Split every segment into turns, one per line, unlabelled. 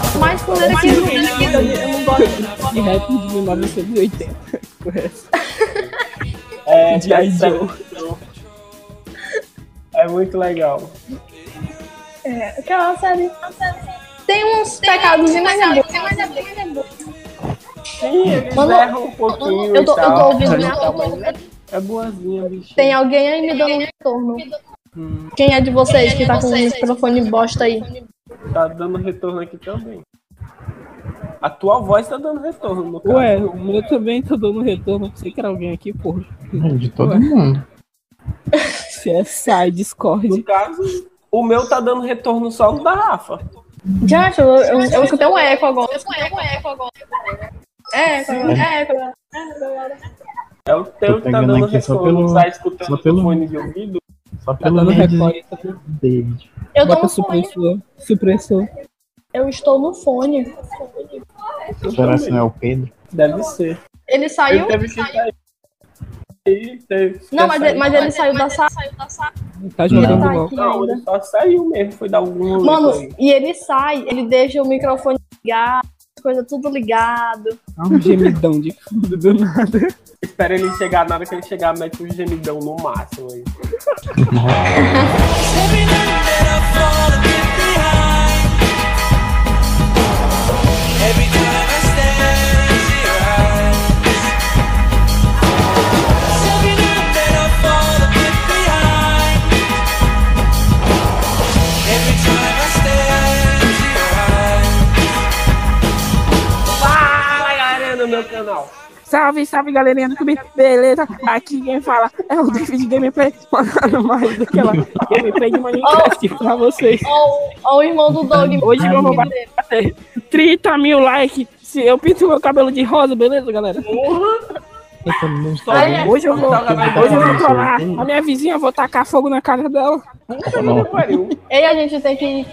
cara que não
Eu não gosto de rap de 1980. Conhece?
É,
G.I.
Pet Sematary
Joe.
Joe. É muito legal.
É, aquela série. Tem uns pecados e mais
Sim, eles
Mano,
erram um pouquinho
eu
e
tô- eu
tal.
tô ouvindo
mas
minha
tá
voz.
bom, né? É boazinha, bicho.
Tem alguém aí me dando um retorno. Quem é de vocês que tá com o microfone bosta aí?
Tá dando retorno aqui também. A tua voz tá dando retorno, no caso.
Ué, o meu também tá dando retorno. Pensei que era alguém aqui, porra.
De todo mundo.
CSI,
No
Discord.
caso, o meu tá dando retorno só no da Rafa.
Já, eu, eu, eu escutei um eco agora. É, eco, é, eco.
É o teu
Tô
que tá
pegando
dando
aqui só
retorno.
pelo-
tá escutando
só pelo-
o fone de ouvido?
Só
Tá
pelo
dando
menos
recorde. Tá dando-
David.
Eu tô
Bota
no fone.
supressor. Supressor.
Eu estou no fone.
Eu
Será que
também.
não é o Pedro?
Deve ser.
Ele
Ele
saiu?
teve que sair. Ele teve que
Não, mas
sair.
ele, mas ele saiu da sala.
Tá
Não.
jogando
Tá
mal.
aqui
Não, ele
ainda.
só saiu mesmo, foi dar algum rolê
Mano,
com ele.
e ele sai, ele deixa o microfone ligado, as coisas tudo ligado.
Dá um gemidão de fundo do nada.
Espera ele chegar, na hora que ele chegar, mete um gemidão no máximo aí. Fala galera do meu canal!
Salve, salve galerinha do Clube, beleza? Aqui quem fala é o David Gameplay, falando mais daquela gameplay de Minecraft pra vocês.
Ó, o- ó o irmão do Dog.
Hoje vamos
amigo dele.
bater 30 mil likes se eu pinto meu cabelo de rosa, beleza, galera? Tá
Eu também não sei.
Olha,
Hoje eu vou, hoje eu vou colar a minha vizinha, eu vou tacar fogo na cara dela.
Puta que pariu!
Ei, a gente tem que,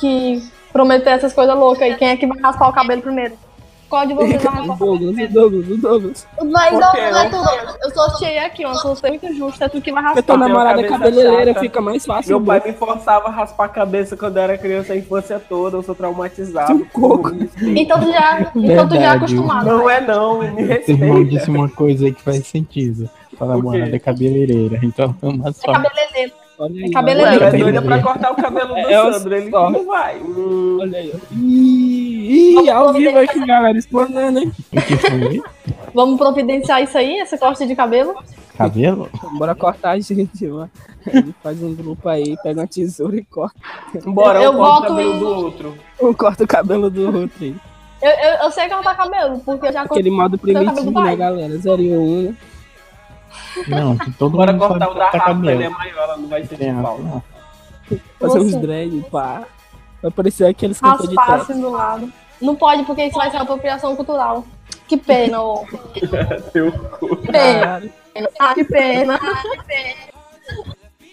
que prometer essas coisas loucas aí. Quem é que vai raspar o cabelo primeiro? Qual de vocês vai
O
raspar?
Douglas, o Douglas, o Douglas.
Mas não,
Qualquer
não é
um.
tudo. Eu sorteei aqui, uma solução muito justa. É tu que vai
Eu
raspar.
tô namorada é
Cabeça
cabeleireira,
chata.
fica mais fácil.
Meu pai me forçava a raspar a cabeça quando eu era criança, a infância toda, eu sou traumatizado.
Socorro.
Me respeita.
Então tu já, então tu já é
Verdade.
acostumado.
Não é não, me
Seu irmão
respeita.
disse uma coisa aí que faz sentido. Sua namorada é cabeleireira, então é uma
É
só.
cabeleireiro.
Olha
É
aí,
Ué,
cabeleireiro.
Ela é doida
né?
pra cortar o cabelo do
É, eu
Sandro, ele
só.
não vai. Hum,
olha aí. Ih, ih, ao vivo aqui, galera, explanando, hein?
O que foi?
Vamos providenciar isso aí, essa corte de cabelo?
Cabelo?
Bora cortar a gente, mano. Ele faz um grupo aí, pega uma tesoura e corta,
bora,
Eu
eu, corto o
voto
cabelo
em-
do outro.
um corta o cabelo do outro aí.
Eu, eu, eu sei cortar cabelo, porque eu já cortei.
Aquele modo primitivo,
vai.
né, galera? 0 e 1, né?
Não, que todo
Bora
mundo
cortar
sabe
o da
cortar
Rafa, ele é
cabelo. É, assim,
maior, ela não vai ter
Tem
de
essa,
pau.
não.
Fazer uns
Você.
drag, pá. Vai parecer aqueles cantores de
Raspar
trap.
assim do lado. Não pode, porque isso vai ser apropriação cultural. Que pena, ô.
Teu cu.
Que pena. Ah, que pena.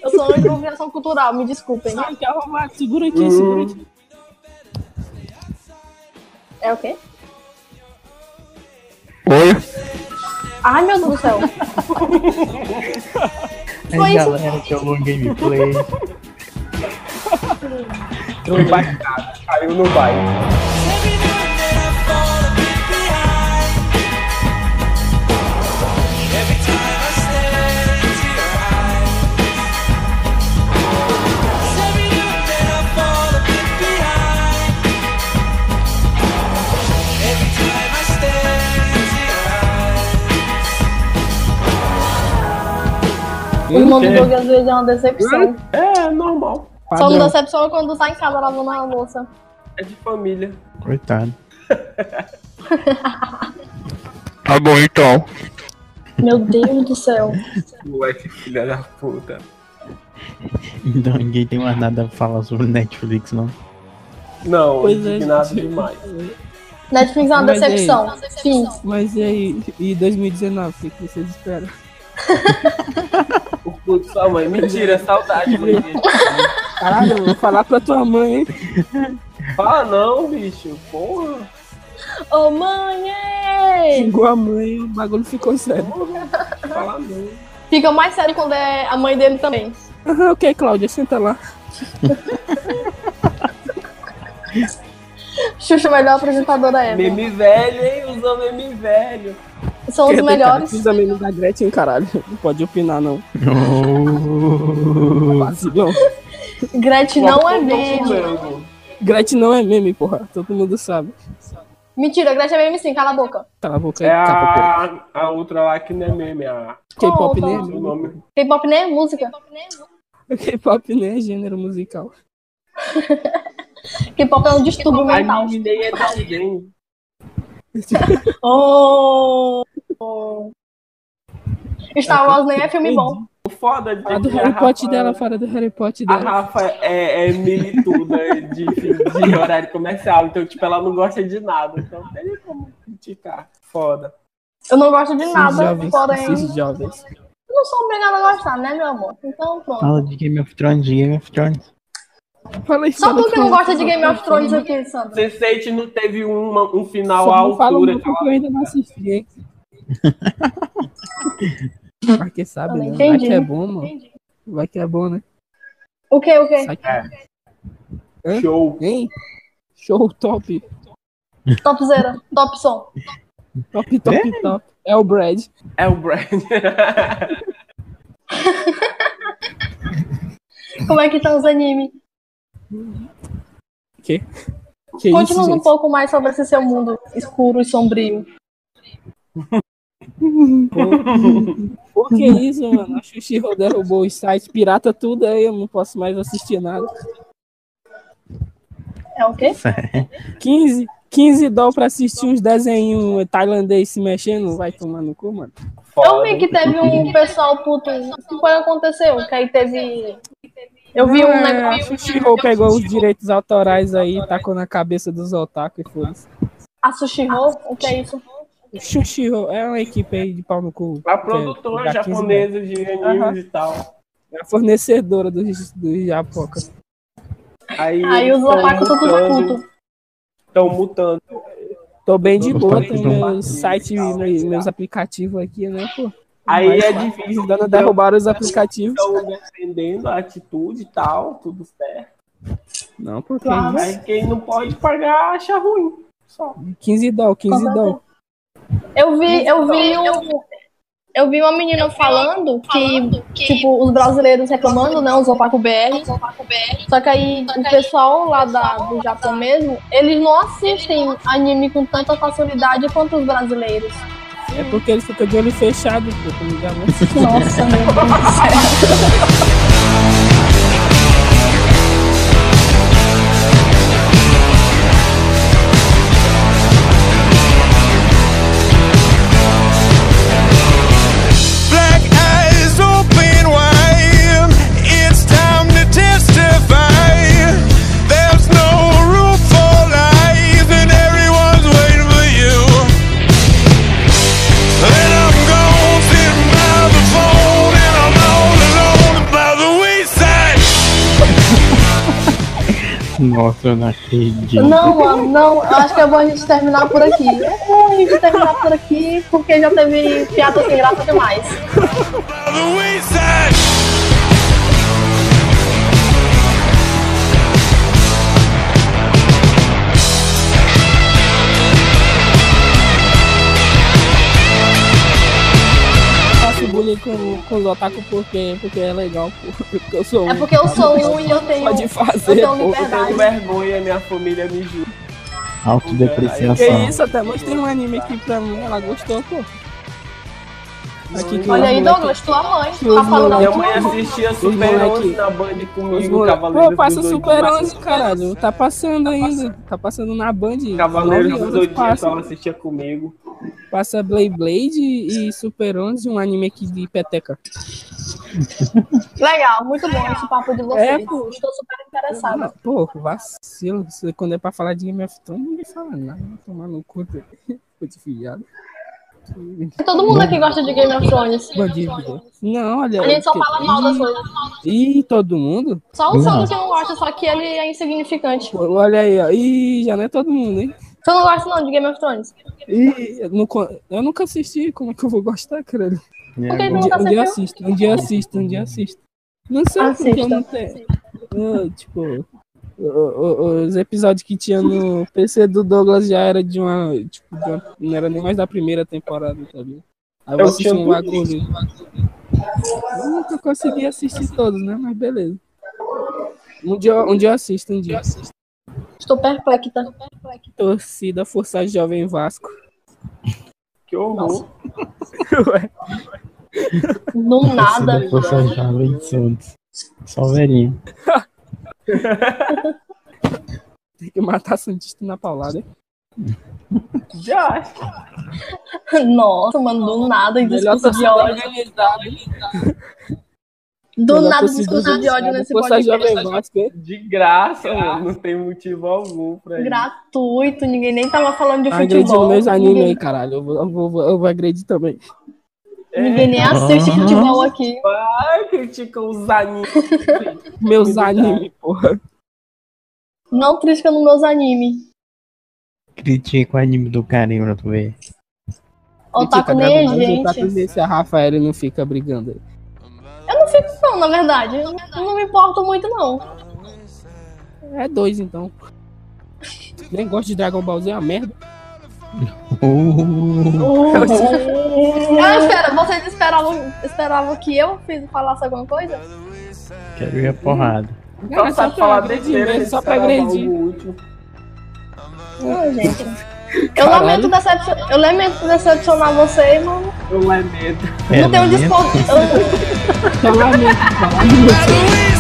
Eu sou uma improvisação cultural, me desculpem.
Sai, quer arrumar? Segura aqui, segura aqui.
É o quê?
Oi?
Ai, meu Deus do céu. Foi
Aí,
isso.
galera, que é o Long Gameplay.
Não vai nada, caiu no baile.
O irmão do Doug às vezes é uma decepção.
É, normal.
Só um
Padrão.
me decepciona quando tá em casa lavando a louça.
É de família.
Coitado. Tá bom, então.
Meu Deus do céu.
Ué, que filha da puta.
Então ninguém tem mais nada a falar sobre Netflix, não.
Não,
Pois é,
indignado
gente.
demais.
Netflix é uma
Mas,
decepção. Fim.
Mas e aí? E 2019, o que vocês esperam?
O cu de sua mãe. Mentira, saudade, mãe.
Caralho, eu vou falar pra tua mãe, hein?
Fala não, bicho. Porra.
Ô, mãe! ei!
Xingou a mãe, o bagulho ficou sério.
Fala não.
Fica mais sério quando é a mãe dele também.
Aham, ok, Cláudia, senta lá.
Xuxa, melhor apresentadora é.
Meme velho, hein? Usou meme velho.
São
é
os melhores.
Os amigos da Gretchen, caralho. Não pode opinar, não. Tá
Oh.
Vacilão.
Gretchen não é
Todo
meme.
mundo.
Gretchen não é meme, porra. Todo mundo sabe.
Mentira, Gretchen é meme sim, cala a boca.
Cala a boca aí,
É
capa,
a, a outra lá que não é meme, a.
porra. K-pop
Qual
nem
outra?
é
O
meme.
nome.
K-pop nem é música.
K-pop nem é gênero musical.
K-pop é um distúrbio
A
mental.
meme nem é de alguém. É
Oh, oh. Star Wars nem é filme bom.
O foda de
A do
que
Harry Potter
Rafa-
dela, fora do Harry Potter
A
dela.
Rafa é, é milituna de, de horário comercial, então, tipo, ela não gosta de nada. Então, não tem como criticar. Foda.
Eu não gosto de nada,
jovens,
porém.
esses jovens.
Eu não sou obrigada a gostar, né, meu amor? Então, pronto.
Fala de Game of Thrones, de Game of Thrones.
Fala aí,
Só
fala
tu que não
fala.
gosta de Game of Thrones aqui, Sandra.
Sensei não teve uma- um final à
Só não fala
altura.
muito que eu ainda não assisti, hein? Vai que sabe,
Eu não
né? Vai
entendi.
que é bom, mano. Vai que é bom, né?
O que, o que?
Vai que-
Ela- Show.
Hein? Show top.
Top zero, top som.
Top, top, top. É o Brad.
É o Brand.
Como é que estão os animes?
Que isso,
Conte-nos um
gente?
pouco mais sobre esse seu mundo escuro e sombrio.
Por que isso, mano? A Xuxiro derrubou os sites, pirata tudo aí, eu não posso mais assistir nada.
É o quê?
Sério.
15, 15 dólares pra assistir uns desenhos tailandês se mexendo, vai tomar no cu, mano.
Eu vi que teve um pessoal puto. O que aconteceu? Que aí teve. Eu vi um
É, a
negócio.
Xuxiro pegou os direitos autorais aí, tacou na cabeça dos otaku e foi isso.
A Sushi Roll? O que é isso?
Xuxiro é uma equipe aí de pau no cu. que é
A produtora
da 15
japonesa de animes
Aham.
e tal.
É a fornecedora dos, dos japocas.
Aí,
Aí os otaku estão tudo puto.
Estão mutando.
Tô bem de
Os
boa, tem
otakus não
meus
batem,
site,
tal,
meus,
tal.
meus aplicativos aqui, né, pô?
Aí
Mas,
é
pá,
difícil.
Dando derrubar os aplicativos.
Estão defendendo a atitude e tal, tudo certo.
Não, porque
Claro.
isso.
Aí quem não pode pagar acha ruim. Só.
15 dólares, 15 dólares.
Eu vi, eu vi um. Eu vi uma menina falando que, tipo, os brasileiros reclamando, né? Os otaku BR. Só que aí o pessoal lá da, do Japão mesmo, eles não assistem anime com tanta facilidade quanto os brasileiros. assim?
É porque eles ficam de olho fechado, pô, tá ligado?
Nossa, meu Deus. do céu.
Black eyes open wide. It's time to testify. There's no room for lies, and everyone's waiting for you. Then I'm gone sitting by the phone, and I'm all alone by the wayside.
Nossa, eu não acredito.
Não, mano, não. Eu acho que é bom a gente terminar por aqui. É bom a gente terminar por aqui, porque já teve piada sem graça demais.
By the wayside.
Eu faço bullying com, com os otaku porque, porque é legal, pô. Porque eu sou
É
um.
porque eu sou um e eu tenho.
Pode
Eu
fazer,
tenho
pô.
Eu
liberdade.
tenho vergonha, minha família me julga.
Que
Autodepreciação.
isso, até mostrei um anime aqui pra mim, ela gostou, pô. Aqui que
Olha aí,
os moleque-
Douglas, tua mãe.
Os
Tá falando
moleque-
da
Minha
tua
mãe
mãe.
assistia
Os
Super
moleque-
11 na Band
Os
comigo,
moleque-
Cavaleiros
Pô, passa
do Zodíaco.
Super 11, caralho. Tá passando ainda. Tá passando na Band.
Cavaleiros
nove
do
horas
Zodíaco,
passa.
ela assistia comigo.
Passa Blade Blade e Super 11, um anime aqui de peteca.
Legal, muito bom esse papo de vocês.
É, pô.
Estou super interessada.
Não, Ah, Pô, vacilo. Isso Quando é pra falar de Game of Thrones, ninguém fala nada. Vai Tomar no cu, teu- cu de fiado.
Todo mundo aqui gosta de Game of Thrones.
Bandido. Não, olha.
A gente só
que-
fala mal das
Ih,
coisas.
Ih, todo mundo?
Só o
Não.
Sandro que não gosta, só que ele é insignificante.
Pô, Olha aí, ó. Ih, já não é todo mundo, hein?
Tu não gosta não de Game of Thrones?
Ih, eu nunca, eu nunca assisti. Como é que eu vou gostar, cara?
E
Porque
agora?
Um
Nunca
dia, um dia eu
assistiu?
assisto, um dia eu assisto, um dia eu assisto. Não sei porque eu não tenho. eu, tipo, o- o- os episódios que tinha no PC do Douglas já era de uma, tipo, de uma- não era nem mais da primeira temporada, tá ligado? Aí eu
Eu
assisti
tinha
um
tudo
lá com o Luiz. Eu Nunca consegui assistir todos, né? Mas beleza. Um dia, eu- um dia eu assisto, um dia eu assisto.
Estou tá? perplexa.
Torcida Força Jovem Vasco.
Que horror.
Do nada.
Torcida Força Jovem de Santos. Só velhinho.
Tem que matar Santista na paulada.
Já.
Nossa, mano, do nada. E
Melhor
discurso de
torcida
ódio.
organizada.
Do
Melhor
nada,
torcida
discurso de ódio
organizada,
nesse
Força Jovem
podcast.
Vasco. hein?
De graça, mano. Não tem motivo algum pra isso.
Gratuito, ninguém nem tava falando de
Agredi
futebol.
meus animes aí,
Ninguém,
caralho. Eu vou, eu vou, eu vou agredir também.
ninguém nem assiste
Ah.
futebol aqui.
Ai, critica é os animes.
Meus
Verdade.
animes, porra.
Não trisca nos meus animes.
Critica o anime do carinho pra tu ver.
Otaku
Critica,
nem é
Gabriel, mas eu
gente.
tô vendo Se tá a Rafaela não fica brigando aí.
Eu não fico não, na verdade. Eu não- não me importo muito, não.
É dois, então. Nem gosto de Dragon Ball Z, é uma merda.
Uh,
É.
Ah, espera, vocês esperavam, esperavam que eu fiz, falasse alguma coisa?
quero ir a porrada.
Cara, só
sabe
pra agredir
besteira,
mesmo, só
esse
pra
cara é
agredir.
algo útil.
Ah, gente. Eu
Hum. Caralho.
lamento, decepcio- eu lamento decepcionar vocês, mas
Eu lamento.
É,
não tenho
Lamento.
desconto. Eu-
Só lamento, cara.
By the way,